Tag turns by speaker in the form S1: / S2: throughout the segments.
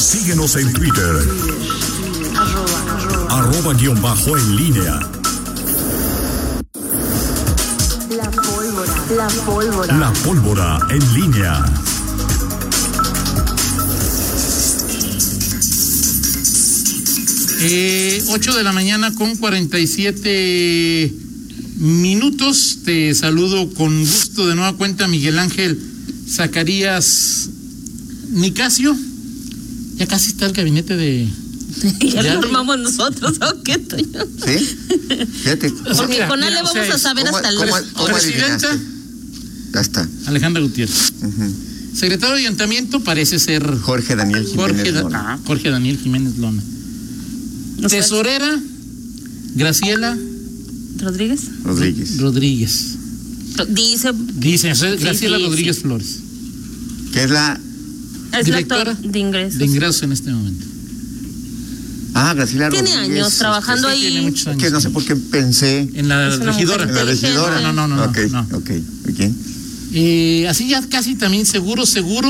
S1: Síguenos en Twitter. Arroba, arroba guión bajo en línea.
S2: La pólvora. La pólvora.
S1: La pólvora en línea.
S3: Eh, 8 de la mañana con 47 minutos. Te saludo con gusto de nueva cuenta, Miguel Ángel Zacarías Nicasio. Ya casi está el gabinete de.
S4: Ya lo armamos nosotros, ¿o qué, Toño?
S5: ¿Sí? Fíjate.
S3: O sea,
S4: Porque
S3: mira,
S4: con Ale
S3: mira, o
S4: vamos
S3: sea,
S4: a saber
S5: ¿cómo-
S4: hasta el
S5: cómo-
S4: resto.
S5: cómo adivinaste?
S3: Presidenta.
S5: Ya está.
S3: Alejandra Gutiérrez.
S5: Ujú.
S3: Secretario de Ayuntamiento parece ser
S5: Jorge Daniel Jiménez.
S3: Jorge, Da-
S5: Mora.
S3: ah, Jorge Daniel Jiménez Lona.
S4: No sé,
S3: Tesorera Graciela
S4: ¿Rodríguez?
S5: Rodríguez.
S3: Rodríguez.
S4: Dice.
S3: Dice, o sea, Graciela
S4: sí,
S3: Rodríguez
S4: sí.
S3: Flores,
S5: Que es la.
S4: Es la actor
S3: Directora
S4: de ingresos.
S3: de ingresos en este momento.
S5: Ah, Graciela
S4: Tiene
S5: Rodríguez.
S4: años trabajando
S3: Sí, tiene
S4: ahí.
S3: muchos
S5: Es
S3: años.
S5: que no sé por qué pensé
S3: En la
S4: Es una
S3: regidora.
S5: en la
S4: Inteligente.
S5: regidora.
S3: No, no, no, no,
S5: Ok,
S3: no.
S5: ok. ok.
S3: Eh, así ya casi también seguro, seguro.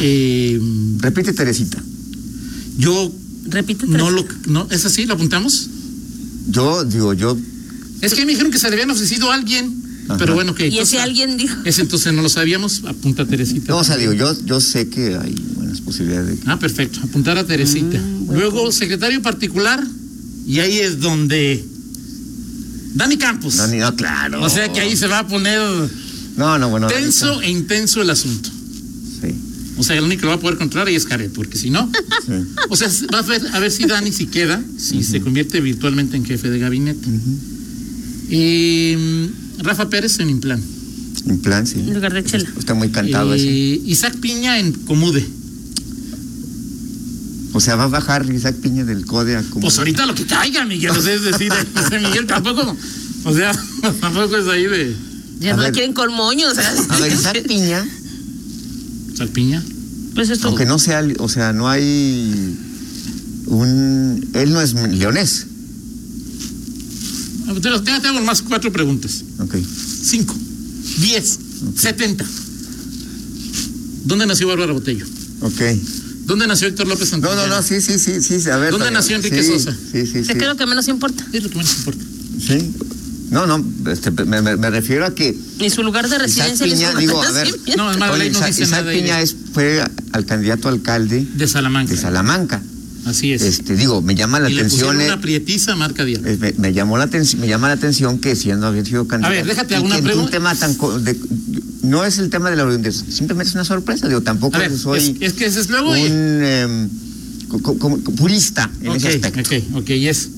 S3: Eh,
S5: Repite, Teresita.
S3: yo
S4: Repite.
S3: no lo. No, ¿Es así? ¿Lo apuntamos?
S5: Yo, digo, yo.
S3: Es que me dijeron que se le habían ofrecido a alguien.
S5: Ajá.
S3: Pero bueno, que.
S4: Y ese alguien dijo.
S3: Ese entonces no lo sabíamos. Apunta a Teresita.
S5: No, o sea, digo, yo, yo sé que hay buenas posibilidades de.
S3: Ah, perfecto. Apuntar a Teresita. Luego, secretario particular. Y ahí es donde. Dani Campos.
S5: No, ni- no, claro.
S3: O sea que ahí se va a poner
S5: No, no, bueno.
S3: tenso e intenso el asunto.
S5: ahorita- Sí,
S3: O sea, el único que lo va a poder controlar ahí es Jared, porque si no.
S5: sí.
S3: O sea, Ah, pues va a ver, a ver si Dani si queda, si se convierte virtualmente en jefe de gabinete. Eh, Rafa Pérez en Implan.
S5: En plan, sí.
S4: En lugar de chela.
S5: Está muy cantado ese.
S3: Eh, Isaac Piña en Comude.
S5: O sea, va a bajar Isaac Piña del CODE a como.
S3: Pues ahorita lo que caiga, Miguel. O sea, es decir, ese Miguel tampoco. O sea, tampoco es ahí de.
S4: Ya
S5: A
S4: no la
S5: ver.
S4: quieren con moños. o sea,
S5: A ver, Isaac Piña,
S3: Isaac Piña.
S4: Pues esto.
S5: aunque no sea, o sea, no hay un, él no es leonés,
S3: Ah, Te lo- te hago más cuatro preguntas.
S5: ok.
S3: Cinco, diez, setenta. ¿Dónde nació Bárbara Botello?
S5: Ok.
S3: ¿Dónde nació Héctor López
S5: No,
S3: Santana?
S5: no, no, sí, sí, sí, sí, a ver.
S3: ¿Dónde
S5: Toño,
S3: nació Enrique
S5: sí,
S3: Sosa?
S5: Sí, sí, sí.
S4: Es que lo que menos importa.
S3: Es lo que menos importa.
S5: Sí. No, no, este, me, me- me refiero a que
S4: Ni su lugar de
S5: Isaac
S4: residencia. ni
S5: Piña,
S4: su-
S5: digo, a
S4: Sí,
S5: ver.
S4: bien.
S3: No, es más, la
S5: oye,
S3: ley no
S5: Isaac,
S3: dice
S5: Isaac
S3: nada. y-
S5: Piña es, fue al candidato alcalde
S3: De Salamanca.
S5: de Salamanca.
S3: Así es.
S5: Este, digo, me llama la
S3: y le
S5: atención.
S3: pusieron
S5: eh,
S3: una prietiza marca Díaz.
S5: Eh, Me, me llamó la atención, me llama la atención que siendo haber sido candidato.
S3: ver, déjate
S5: y
S3: alguna
S5: que en
S3: pregunta.
S5: Un tema tan co- de- no es el tema de la orientación, simplemente es una sorpresa, digo, tampoco
S3: A ver, es,
S5: soy
S3: es que ese es luego.
S5: un
S3: y-
S5: em, co- co- como- purista en
S3: Ok,
S5: ese aspecto.
S3: ok, ok, es.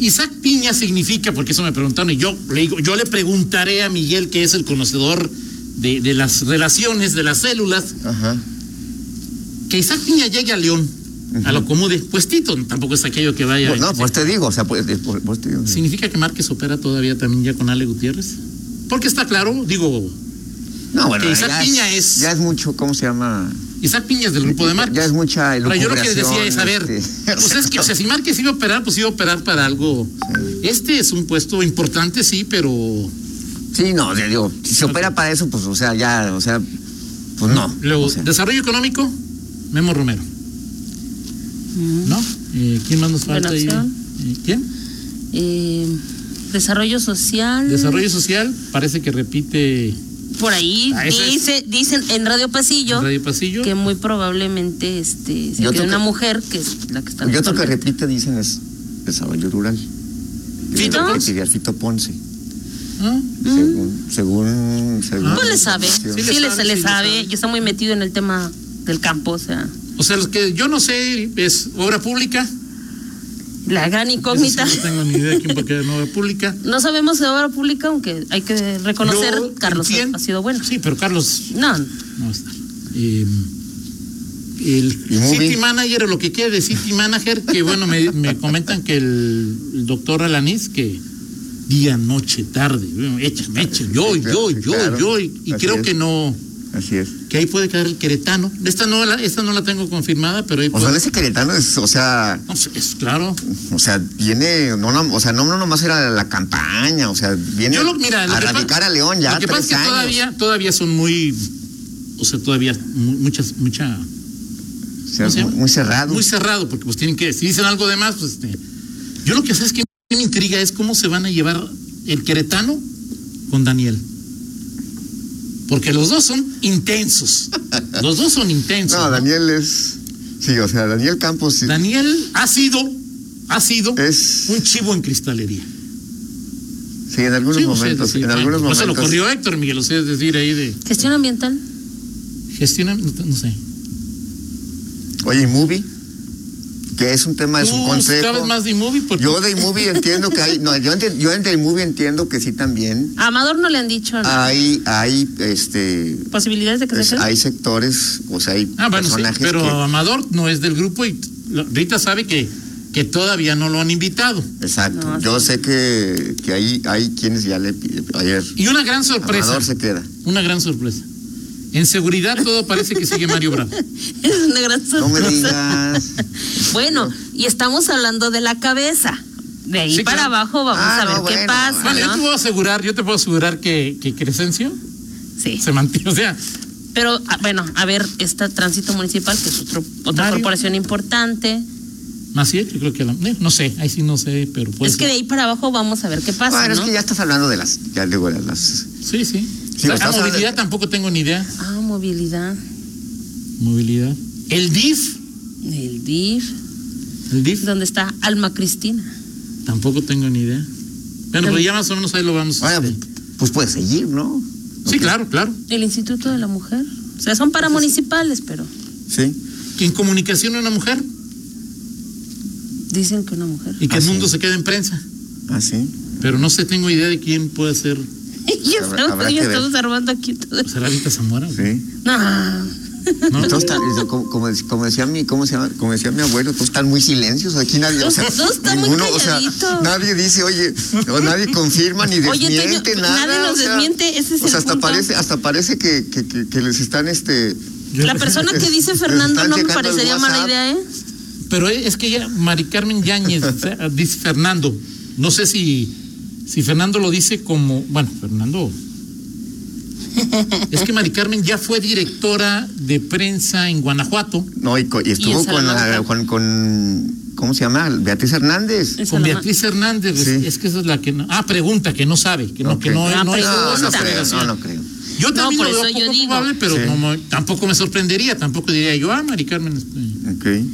S3: Isaac Piña significa, porque eso me preguntaron, y yo le digo, yo le preguntaré a Miguel, que es el conocedor de, de las relaciones, de las células,
S5: Ajá.
S3: que Isaac Piña llegue a León, a lo comude, puestito, tampoco es aquello que vaya.
S5: Pues no, pues te digo, o sea, pues, eh, pues- pues te digo.
S3: ¿Significa que Márquez opera todavía también ya con Ale Gutiérrez? Porque está claro, digo,
S5: No, bueno,
S3: que Isaac
S5: ya
S3: Piña es-
S5: Ya es mucho, ¿cómo se llama?
S3: Isaac Piña es del grupo de Márquez.
S5: Ya es mucha
S3: Pero yo lo que decía es, a ver,
S5: elucubración, este,
S3: pues es que, o sea, si Márquez iba a operar, pues iba a operar para algo. Este es un puesto importante, sí, pero
S5: Sí, no, ya digo, si se opera para eso, pues, o sea, ya, o sea, pues no.
S3: luego,
S5: o sea,
S3: desarrollo económico, Memo Romero.
S4: Mm.
S3: ¿No? Eh, ¿Quién más nos falta ahí?
S4: Buena opción.
S3: Eh, ¿Quién?
S4: Eh, desarrollo social.
S3: Desarrollo social, parece que repite
S4: Por ahí
S3: Ah, ese es-
S4: dice, dicen en Radio Pasillo
S3: Radio Pasillo.
S4: que muy probablemente este se
S5: Yo
S4: quede
S5: creo
S4: una
S5: que-
S4: mujer que es la que está.
S5: Yo otro que
S4: actualmente.
S5: repite dicen es desarrollo rural.
S3: ¿Fito?
S5: Yo repetiría Fito Ponce.
S3: ¿Ah?
S5: Según, según, según.
S4: Pues le sabe, sí,
S3: le sabe,
S4: le, se le
S3: sí le
S4: sabe.
S3: sabe.
S4: Yo está muy metido en el tema del campo, o sea,
S3: O sea, los que yo no sé es obra pública.
S4: la gran
S3: Eso sí,
S4: incógnita.
S3: no tengo ni idea de quién va a quedar en obra pública.
S4: no sabemos de obra pública, aunque hay que reconocer
S3: Yo
S4: Carlos
S3: entiendo-
S4: ha sido bueno.
S3: Sí, pero Carlos
S4: No,
S3: no va a estar. Eh, el
S5: Y muy
S3: City
S5: bien.
S3: Manager, o lo que quede de City Manager, que bueno, me, me comentan que el, el doctor Alanis, que día, noche, tarde, bueno, échame, échame, yo,
S5: Sí,
S3: yo,
S5: claro,
S3: yo,
S5: claro.
S3: yo, y, y
S5: Así
S3: creo
S5: es.
S3: que no,
S5: Así es.
S3: que ahí puede quedar el queretano. Esta no, la, esta no la tengo confirmada, pero ahí
S5: O
S3: puede-
S5: sea, ese queretano es, o sea,
S3: No sé, es claro.
S5: o sea, viene, no, no, o sea, no, no nomás era la campaña, o sea, viene
S3: Yo lo, mira, lo
S5: a
S3: que pa-
S5: radicar a León ya
S3: Lo que
S5: tres
S3: pasa es que
S5: años.
S3: todavía, todavía son muy o sea, todavía mu- muchas, mucha,
S5: O sea,
S3: ¿Cómo se
S5: muy,
S3: llama?
S5: muy cerrado.
S3: muy cerrado, porque pues tienen que, si dicen algo de más, pues este, yo lo que sé es que me intriga es cómo se van a llevar el queretano con Daniel. Porque los dos son intensos. Los dos son intensos.
S6: No,
S3: ¿no?
S6: Daniel es. Sí, o sea, Daniel Campos sí,
S3: Daniel ha sido, ha sido
S6: es.
S3: un chivo en cristalería.
S6: Sí, en algunos
S3: Sí, o sea,
S6: momentos.
S3: decir,
S6: en
S3: bueno,
S6: algunos
S3: no se lo
S6: momentos.
S3: corrió Héctor Miguel, o sea, es decir, ahí de
S4: Gestión ambiental.
S3: gestiona, no, no sé.
S6: Oye, ¿y movie?
S5: Que es un
S6: Ah,
S5: tema, es un
S3: Tú sabes
S5: consejo.
S3: más de movie porque
S5: Yo de movie entiendo que hay. No, yo, enti- yo en de movie entiendo que sí también.
S4: A Amador no le han dicho ¿no?
S3: Ah,
S5: Hay, hay, este.
S4: posibilidades de que
S5: es-
S4: se quede.
S5: hay sectores, o sea, hay
S3: Ah, bueno, sí,
S5: personajes
S3: pero Amador no es del grupo y lo- Rita sabe que, que todavía no lo han invitado.
S5: que. Exacto.
S4: No,
S5: yo
S4: sí.
S5: sé que, que hay, hay quienes ya le. Ayer.
S3: Y una gran sorpresa,
S5: Amador se queda.
S3: una gran sorpresa. En seguridad todo parece que sigue Mario Bravo.
S4: Es una gran
S5: No me
S4: sorpresa.
S5: digas.
S4: Bueno, y estamos hablando de la cabeza. De ahí
S3: Sí,
S4: para
S3: claro.
S4: abajo vamos
S5: Ah,
S4: a ver
S5: no,
S4: qué
S5: bueno.
S4: pasa,
S3: Bueno, yo
S4: ¿no?
S3: te puedo asegurar, yo te puedo asegurar que, que Crescencio
S4: Sí.
S3: se mantiene, o sea,
S4: Pero ah, bueno, a ver, esta tránsito municipal, que es otro- otra
S3: Mario.
S4: corporación importante.
S3: Maciel, yo creo que la- eh, no sé, ahí sí no sé, pero puede
S4: es que de
S3: ser.
S4: ahí para abajo vamos a ver qué pasa,
S5: Pues Bueno,
S4: ¿no?
S5: es que ya estás hablando de las. Ya digo, las. las-
S3: Sí, sí.
S5: Sí,
S3: la
S5: estás hablando
S3: movilidad
S5: de-
S3: tampoco tengo ni idea.
S4: Ah, movilidad,
S3: Movilidad. El DIF,
S4: el DIF,
S3: el DIF
S4: donde está Alma Cristina.
S3: Tampoco tengo ni idea. Bueno,
S4: El-
S3: pero ya más o menos ahí lo vamos.
S5: Bueno,
S3: este,
S5: pues puedes seguir, ¿no?
S3: Sí, claro, claro.
S4: El Instituto de la Mujer. O sea, son
S5: Pues
S4: para municipales, pero
S5: Sí.
S3: Que en comunicación una mujer
S4: dicen que una mujer.
S3: y que
S5: Ah,
S3: el
S5: sí.
S3: mundo se quede en prensa.
S5: Ah, sí.
S3: Pero no sé, tengo idea de quién puede ser.
S4: Ya
S5: Pues Habrá-
S4: estamos,
S5: habrá
S4: ya
S5: que ver.
S4: estamos armando aquí todo.
S3: ¿Será Rita Zamora?
S5: Sí.
S4: No.
S3: No.
S5: Todos están- eso, como, como dec- como decía mi, ¿cómo se llama? Como decía mi abuelo, todos están muy silencios. Aquí nadie, o sea,
S4: Todos están muy
S5: ninguno, o sea,
S4: calladitos.
S5: nadie dice, oye, o nadie confirma ni
S4: Oye, Toño,
S5: desmiente nada.
S4: nadie nos
S5: o sea,
S4: desmiente, ese es
S5: o sea,
S4: el
S5: hasta
S4: punto.
S5: parece, hasta parece que, que, que- que les están este.
S3: Yo-
S4: La persona que dice
S5: Están
S4: Fernando no me
S5: llegando al
S4: parecería mala
S5: WhatsApp.
S4: idea, ¿eh?
S3: Pero es que ella, Mari Carmen Yáñez, o sea, dice Fernando. No sé si, si Fernando lo dice como. Bueno, Fernando. Es que Mari Carmen ya fue directora de prensa en Guanajuato
S5: No, y, co- y estuvo
S4: en
S5: con, la-
S4: Salamanca. Eh,
S5: con, con- ¿Cómo se llama? Beatriz Hernández.
S4: Es
S3: con
S4: Salama-
S3: Beatriz Hernández.
S5: Sí.
S3: Es que esa es la que no. Ah, pregunta, que no sabe, que no, que no,
S5: creo.
S4: Ah,
S3: no es-
S5: no,
S4: pregunta.
S5: no
S3: esa
S5: creo,
S3: relación.
S5: no, no creo.
S3: Yo
S4: No,
S3: también
S4: por
S3: lo veo
S4: eso yo
S3: poco
S4: digo.
S3: probable, pero
S5: Sí.
S3: no me- tampoco me sorprendería, tampoco diría yo, ah, Mari Carmen. este,
S5: Ok.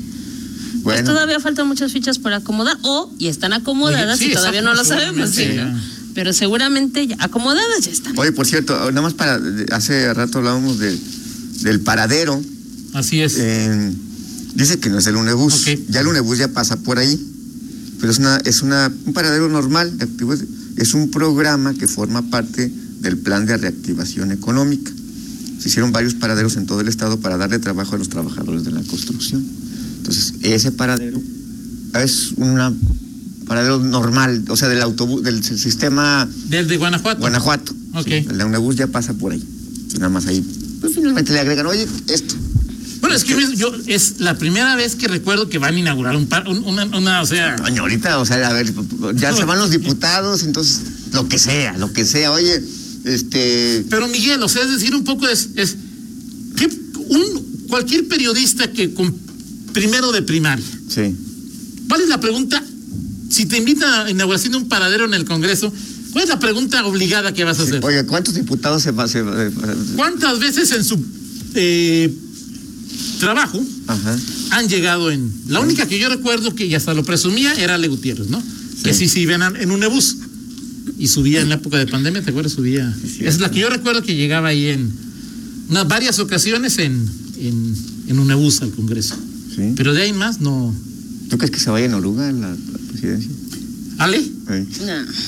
S4: Pues
S5: Bueno,
S4: todavía faltan muchas fichas por acomodar o y están acomodadas
S3: Sí,
S4: y todavía
S3: exacto,
S4: no lo sabemos.
S3: seguramente,
S4: sí. Pero seguramente ya acomodadas ya están.
S5: oye, por cierto, nada más para. Hace rato hablábamos de- del paradero.
S3: Así es.
S5: Eh, dice que no es el Unebus.
S3: Ok.
S5: Ya el Unebús ya pasa por ahí. Pero es, una, es una, un paradero normal. de activos. Es un programa que forma parte del plan de reactivación económica. Se hicieron varios paraderos en todo el estado para darle trabajo a los trabajadores de la construcción. Entonces, ese paradero es un paradero normal, o sea, del autobús, del s- sistema
S3: Del de Guanajuato.
S5: Guanajuato.
S3: Ok.
S5: Sí, el de Unebús ya pasa por ahí. Nada más ahí. Pues finalmente le agregan, oye, esto.
S3: Bueno, es que yo- yo es la primera vez que recuerdo que van a inaugurar un par, un- una, una, o sea,
S5: Doña, ahorita, o sea, a ver, ya se van los diputados, entonces, lo que sea, lo que sea, oye, este,
S3: pero Miguel, o sea, es decir, un poco es, es que un cualquier periodista que con primero de primaria,
S5: sí,
S3: ¿cuál es la pregunta? Si te invitan a la inauguración de un paradero en el Congreso, ¿cuál es la pregunta obligada que vas a hacer?
S5: oye, ¿cuántos diputados se va se va-
S3: ¿Cuántas veces en su eh, trabajo
S5: Ajá.
S3: han llegado en. La única que yo recuerdo que y hasta lo presumía era Ale Gutiérrez, ¿no? Que sí, sí, iban a- en un nebus. Y subía en la época de pandemia, ¿te acuerdas? Subía.
S5: sí,
S3: es la que yo recuerdo que llegaba ahí en unas varias ocasiones en, en, en un nebus al Congreso.
S5: Sí.
S3: Pero de ahí en más no.
S5: ¿Tú crees que se vaya en oruga la, la presidencia?
S3: Ale,
S5: Sí.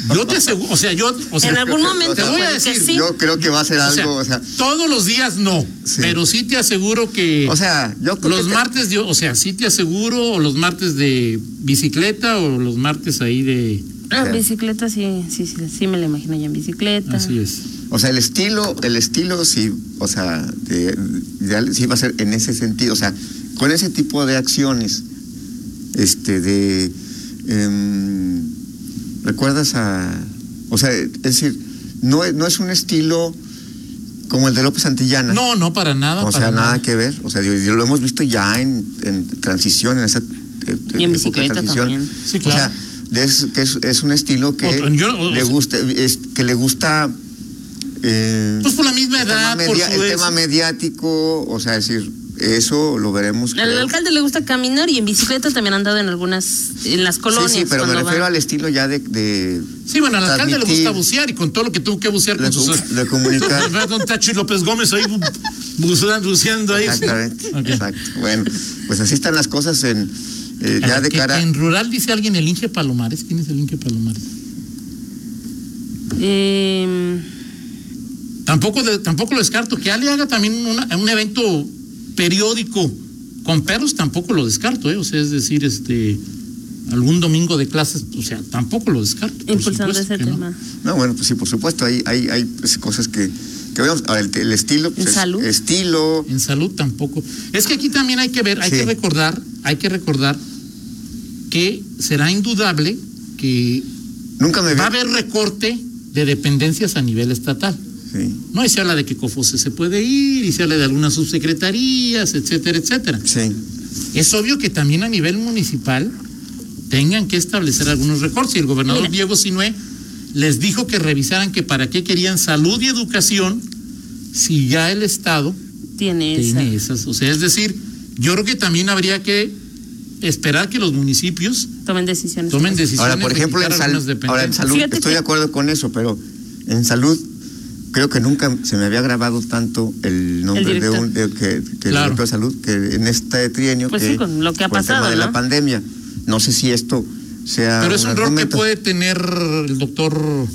S4: No.
S3: yo te aseguro, o sea, yo. O sea,
S4: En algún momento
S3: te voy a
S4: puede que
S3: decir.
S4: sí.
S5: Yo creo que va a ser
S3: o sea,
S5: algo, o sea,
S3: todos los días no,
S5: Sí.
S3: pero sí te aseguro que
S5: o sea, yo creo
S3: Los
S5: que-
S3: martes, de- o sea, sí te aseguro, o los martes de bicicleta, o los martes ahí de.
S4: Ah,
S5: Sí.
S4: bicicleta sí, sí, sí, sí me la imagino ya en bicicleta.
S3: Así es.
S5: O sea, el estilo, el estilo sí, o sea, de- de- sí va a ser en ese sentido, o sea, con ese tipo de acciones, este, de, em, recuerdas a, o sea, es decir, no, es- no es un estilo Como el de López Santillana.
S3: No, no, para nada.
S5: O sea,
S3: para
S5: nada, que ver. O sea, digo, y lo hemos visto ya en, en transición, en esa. eh, eh, época de
S4: bicicleta
S5: transición.
S4: también.
S3: Sí, claro.
S5: O sea, de es, que es, es un estilo que
S3: Otro, yo- o
S5: le
S3: sea-
S5: gusta, es, que le gusta. eh,
S3: Pues por la misma
S5: el tema
S3: edad, por
S5: media-
S3: su
S5: el
S3: ex-
S5: tema mediático, o sea, es decir, eso lo veremos.
S4: Al
S5: creo.
S4: alcalde le gusta caminar y en bicicleta también han dado en algunas, en las colonias.
S5: sí, sí, pero me
S4: cuando
S5: refiero
S4: va.
S5: al estilo ya de, de,
S3: Sí, bueno, al alcalde le gusta
S5: transmitir-
S3: bucear y con todo lo que tuvo que bucear
S5: de
S3: con sus.
S5: com- de comunicar.
S3: Don Tacho y López Gómez ahí bu- bucean- buceando ahí.
S5: Exactamente,
S3: Ok.
S5: exacto. Bueno, pues así están las cosas en eh,
S3: A
S5: ya
S3: ver,
S5: de
S3: que-
S5: cara.
S3: que En rural dice alguien el Inge Palomares. ¿Quién es el Inge Palomares?
S4: Eh,
S3: Tampoco, de- tampoco lo descarto. Que Ale haga también una- un evento periódico con perros, tampoco lo descarto, ¿eh? O sea, es decir, este algún domingo de clases, o sea, tampoco lo descarto. por
S4: impulsando
S3: supuesto
S4: ese
S3: que no.
S4: tema.
S5: No, bueno, pues sí, por supuesto, hay, hay, hay pues, cosas que, que vemos. Ahora, el, el estilo, pues,
S4: ¿En
S5: es-
S4: salud?
S5: estilo,
S3: En salud tampoco. Es que aquí también hay que ver, hay
S5: Sí.
S3: que recordar, hay que recordar que será indudable que
S5: nunca me
S3: va a
S5: veo.
S3: haber recorte de dependencias a nivel estatal.
S5: Sí,
S3: No, y se habla de que Cofose se puede ir, y se habla de algunas subsecretarías, etcétera, etcétera.
S5: sí,
S3: Es obvio que también a nivel municipal tengan que establecer algunos recortes. Y el gobernador
S4: Mira.
S3: Diego Sinué les dijo que revisaran que para qué querían salud y educación si ya el Estado
S4: Tiene esa.
S3: tiene esas. O sea, es decir, yo creo que también habría que esperar que los municipios
S4: Tomen decisiones.
S3: tomen decisiones.
S5: Ahora, por
S3: de
S5: ejemplo, en,
S3: quitar
S5: sal-
S3: algunas
S5: ahora, en
S3: dependencias.
S5: salud,
S4: Fíjate
S5: estoy
S4: que-
S5: de acuerdo con eso, pero en salud creo que nunca se me había grabado tanto el nombre
S4: El
S5: de
S4: director.
S5: un de- que, que
S3: Claro.
S5: el director de salud que en este trienio
S4: Pues
S5: que,
S4: sí, con lo que ha
S5: por el tema
S4: pasado,
S5: de
S4: ¿no?
S5: la pandemia. No sé si esto sea
S3: Pero es un rol que
S5: ah, argumento.
S3: puede tener el doctor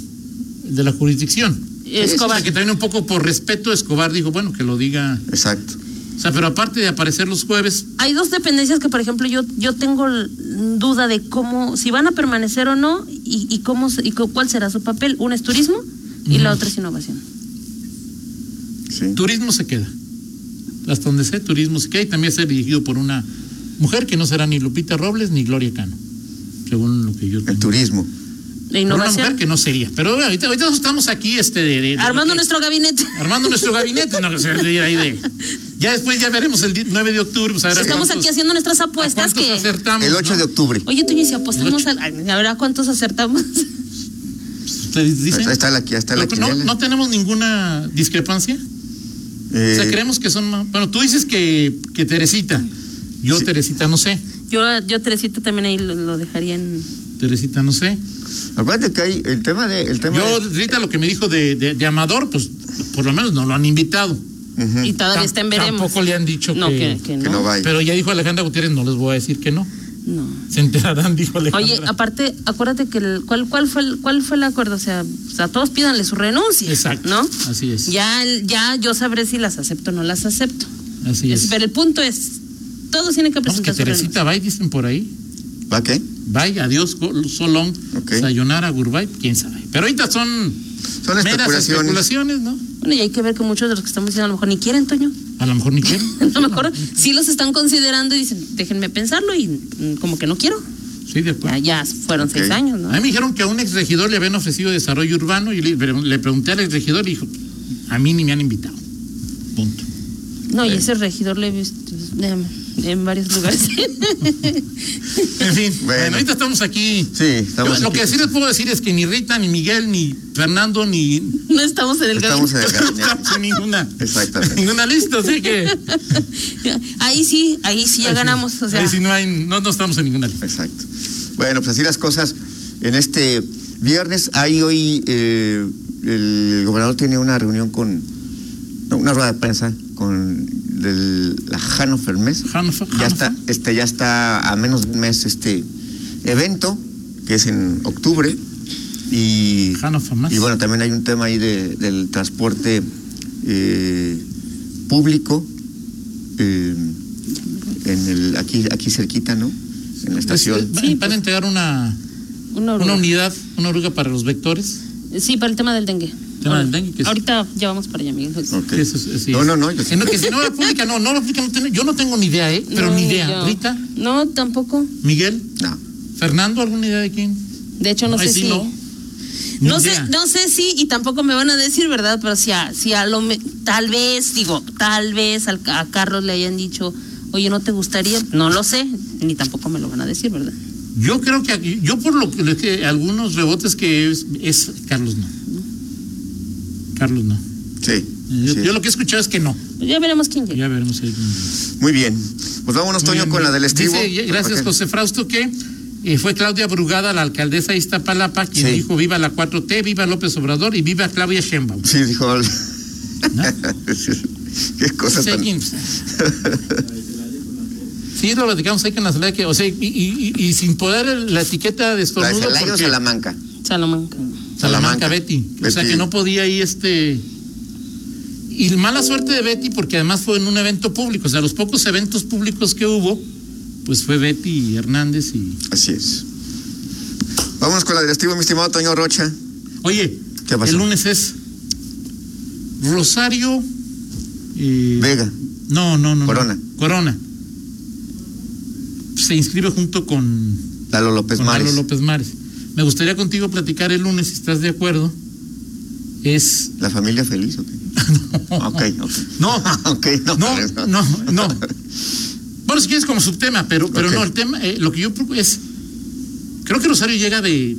S3: de la jurisdicción.
S4: Escobar.
S3: O sea, que también un poco por respeto Escobar dijo, bueno, que lo diga.
S5: Exacto.
S3: O sea, pero aparte de aparecer los jueves,
S4: Hay dos dependencias que, por ejemplo, yo, yo tengo l- duda de cómo, si van a permanecer o no y, y cómo se- y cu- cuál será su papel. Una es turismo y la otra es innovación.
S5: Sí.
S3: turismo se queda. Hasta donde sé, turismo se queda y también ser dirigido por una mujer que no será ni Lupita Robles ni Gloria Cano, según lo que yo
S5: El
S3: tengo.
S5: turismo.
S4: La
S3: Por una mujer
S4: innovación.
S3: que no sería. Pero ahorita, ahorita estamos aquí este de, de- de lo
S4: Armando
S3: que-
S4: nuestro gabinete.
S3: armando nuestro gabinete. No, o sea, de ahí de- ya después ya veremos el di- 9 de octubre. pues, a ver a
S4: Estamos
S3: cuántos-
S4: aquí haciendo nuestras
S3: a
S4: apuestas
S3: cuántos
S4: que.
S3: acertamos,
S5: El 8
S3: ¿no?
S5: de octubre.
S4: Oye, Toño, ¿y si apostamos al. ay, A ver, ¿a cuántos acertamos?
S3: Ustedes dicen.
S5: Ahí está la, ahí está la
S3: Pero pues, no,
S5: quiniela.
S3: no tenemos ninguna discrepancia.
S5: Eh,
S3: o sea, creemos que son más. Bueno, tú dices que, que Teresita. Yo, Teresita, no sé.
S4: Yo, yo Teresita, también ahí lo, lo dejaría en.
S3: Teresita, no sé.
S5: acuérdate que hay el tema de. El tema
S3: Yo,
S5: de-
S3: ahorita lo que me dijo de, de- de Amador, pues por lo menos no lo han invitado.
S5: Ujú,
S4: Y todavía
S3: Tam-
S4: está en veremos.
S3: Mm. Tampoco le han dicho
S4: No,
S3: que.
S4: que, que
S5: que no
S4: no.
S5: vaya.
S3: Pero ya dijo Alejandra Gutiérrez, no les voy a decir que no.
S4: No.
S3: Se enterarán, dijo Alejandra.
S4: Oye, aparte, acuérdate que el, ¿cuál, cuál, fue el, ¿cuál fue el acuerdo? O sea, o sea, todos pídanle su renuncia.
S3: Exacto.
S4: ¿No?
S3: Así es.
S4: Ya, el- ya yo sabré si las acepto o no las acepto.
S3: Así es.
S4: Pero el punto es, todos tienen que
S3: Vamos, que
S4: presentar su renuncia.
S3: Teresita, bye, dicen por ahí.
S5: ¿Va qué?
S3: Bye, adiós, go- so long.
S5: Ok.
S3: Sayonara, goodbye, quién sabe. Pero ahorita son.
S5: Son
S3: meras
S5: especulaciones.
S3: especulaciones, ¿no?
S4: Bueno, y hay que ver que muchos de los que estamos diciendo a lo mejor ni quieren, Toño.
S3: A lo mejor ni quieren.
S4: A lo mejor sí los están considerando y dicen, déjenme pensarlo y mm, como que no quiero.
S3: Sí, de
S4: Ya,
S3: acuerdo.
S4: ya fueron
S5: Ok.
S4: seis años, ¿no?
S3: A mí me dijeron que a un exregidor le habían ofrecido desarrollo urbano y le, pre- le pregunté al exregidor y dijo, a mí ni me han invitado. Punto.
S4: No, y ese regidor lo he visto em, en varios lugares.
S3: En fin, bueno,
S5: Bueno.
S3: ahorita estamos aquí.
S5: Sí, estamos
S3: Yo- Lo
S5: aquí.
S3: que sí les puedo decir es que ni Rita, ni Miguel, ni Fernando, ni...
S4: no estamos en el
S5: Estamos en el
S4: gabinete.
S5: gabinete.
S3: sin ninguna.
S5: Exactamente.
S3: Ninguna lista, así que...
S4: Ahí sí, ahí sí ya
S3: Ahí sí-
S4: ganamos. O sea,
S3: ahí sí no, hay, no, no estamos en ninguna lista.
S5: Exacto. Bueno, pues así las cosas. En este viernes hay hoy, eh, el gobernador tiene una reunión con, no, una rueda de prensa con del- la Jano Fermés.
S3: Hannover,
S5: Ya está,
S3: Hannover.
S5: este, ya está a menos de un mes este evento, que es en octubre. Y,
S3: Hannover más.
S5: y bueno, también hay un tema ahí de- del transporte eh, público. eh, en el, aquí, aquí cerquita, ¿no? En
S3: Pues,
S5: la estación.
S3: Van- van a entregar una,
S4: una oruga.
S3: una unidad, una oruga para los vectores.
S4: Sí, para el tema del dengue.
S3: Tema
S4: Ahora,
S3: del dengue, que es-
S4: Ahorita ya vamos para allá, Miguel.
S5: Ok.
S3: Que eso es- así
S5: no,
S3: es.
S5: no, no, yo-
S3: Que no, que si no la pública, no, no la pública, no tengo- yo no tengo ni idea, ¿eh? Pero
S4: No,
S3: ni idea.
S4: yo-
S3: Rita,
S4: No, tampoco.
S3: Miguel,
S5: no.
S3: Fernando, ¿alguna idea de quién?
S4: De hecho, no
S3: Ay,
S4: sé
S3: sí,
S4: si.
S3: no.
S4: No. No sé,
S3: idea.
S4: no sé si, y tampoco me van a decir, ¿verdad? Pero si a, si a lo me- tal vez, digo, tal vez al- a Carlos le hayan dicho, oye, ¿no te gustaría? No lo sé, ni tampoco me lo van a decir, ¿verdad?
S3: Yo creo que aquí- yo por lo que, que algunos rebotes que es, es- Carlos no. Carlos no.
S5: Sí.
S3: Yo,
S5: sí.
S3: yo lo que he escuchado es que no.
S4: Pues ya veremos quién llega.
S3: Ya veremos ahí. cómo-
S5: Muy bien. Pues vámonos,
S3: Muy
S5: Toño,
S3: bien,
S5: con la del estribo.
S3: dice, gracias,
S5: Ok.
S3: José Frausto, que eh, fue Claudia Brugada, la alcaldesa de Iztapalapa, quien
S5: Sí.
S3: dijo viva la 4T, viva López Obrador y viva Claudia Sheinbaum.
S5: Sí, dijo.
S3: ¿No?
S5: Qué cosa
S3: Sí,
S5: tan.
S3: aquí, pues. Sí, lo platicamos ahí con la Celaya, que, o sea, y, y- y- y sin poder el- la etiqueta de
S5: La de
S3: estornudo
S5: Celaya o
S3: porque-
S5: Salamanca.
S4: Salamanca.
S3: Salamanca,
S5: Salamanca.
S3: Betty. O sea
S5: Betty.
S3: que no podía ir este. Y mala suerte de Betty porque además fue en un evento público. O sea, los pocos eventos públicos que hubo, pues fue Betty y Hernández y.
S5: Así es. Vámonos con la del estribo, mi estimado Toño Rocha.
S3: Oye,
S5: ¿Qué pasó?
S3: el lunes es Rosario. eh,
S5: Vega.
S3: No, no, no. no.
S5: Corona.
S3: Corona. Se inscribe junto con
S5: Lalo López
S3: con
S5: Mares.
S3: Lalo López Mares. Me gustaría contigo platicar el lunes, si estás de acuerdo. Es.
S5: ¿La familia feliz o qué? Ok, ok.
S3: No,
S5: Ok, no.
S3: no, no, no. Bueno, si quieres como subtema, pero, pero
S5: Ok.
S3: no, el tema, eh, lo que yo propongo es. Creo que Rosario llega de.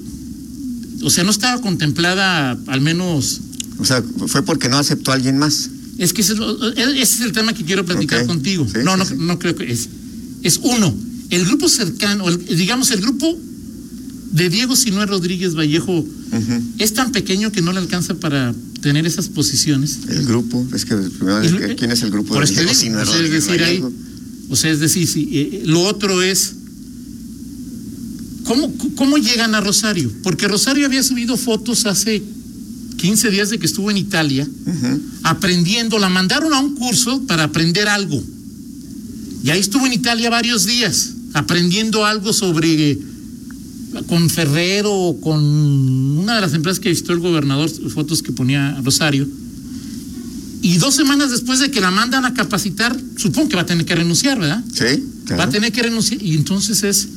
S3: O sea, no estaba contemplada, al menos.
S5: O sea, fue porque no aceptó a alguien más.
S3: Es que ese es, lo- eh, ese es el tema que quiero platicar
S5: Ok.
S3: contigo.
S5: Sí,
S3: no,
S5: sí,
S3: no,
S5: sí.
S3: no creo que es. Es uno, el grupo cercano, el- digamos, el grupo de Diego Sinué Rodríguez Vallejo
S5: Ujú.
S3: es tan pequeño que no le alcanza para tener esas posiciones.
S5: El grupo, es que primero,
S3: Y lo-
S5: ¿quién es el grupo?
S3: Por
S5: de
S3: eso te
S5: Diego
S3: digo,
S5: Sinue
S3: o sea, es
S5: Rodríguez
S3: decir, ahí,
S5: Vallejo?
S3: o sea, es decir, sí, eh, lo otro es ¿cómo, cu- cómo llegan a Rosario, porque Rosario había subido fotos hace 15 días de que estuvo en Italia
S5: Ujú.
S3: aprendiendo, la mandaron a un curso para aprender algo. Y ahí estuvo en Italia varios días aprendiendo algo sobre con Ferrero o con una de las empresas que visitó el gobernador, fotos que ponía Rosario. Y dos semanas después de que la mandan a capacitar, supongo que va a tener que renunciar, ¿verdad?
S5: Sí, claro.
S3: Va a tener que renunciar. Y entonces es.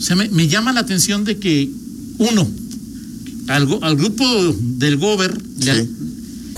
S3: O sea, me, me llama la atención de que, uno, al, go- al grupo del Gober le,
S5: Sí.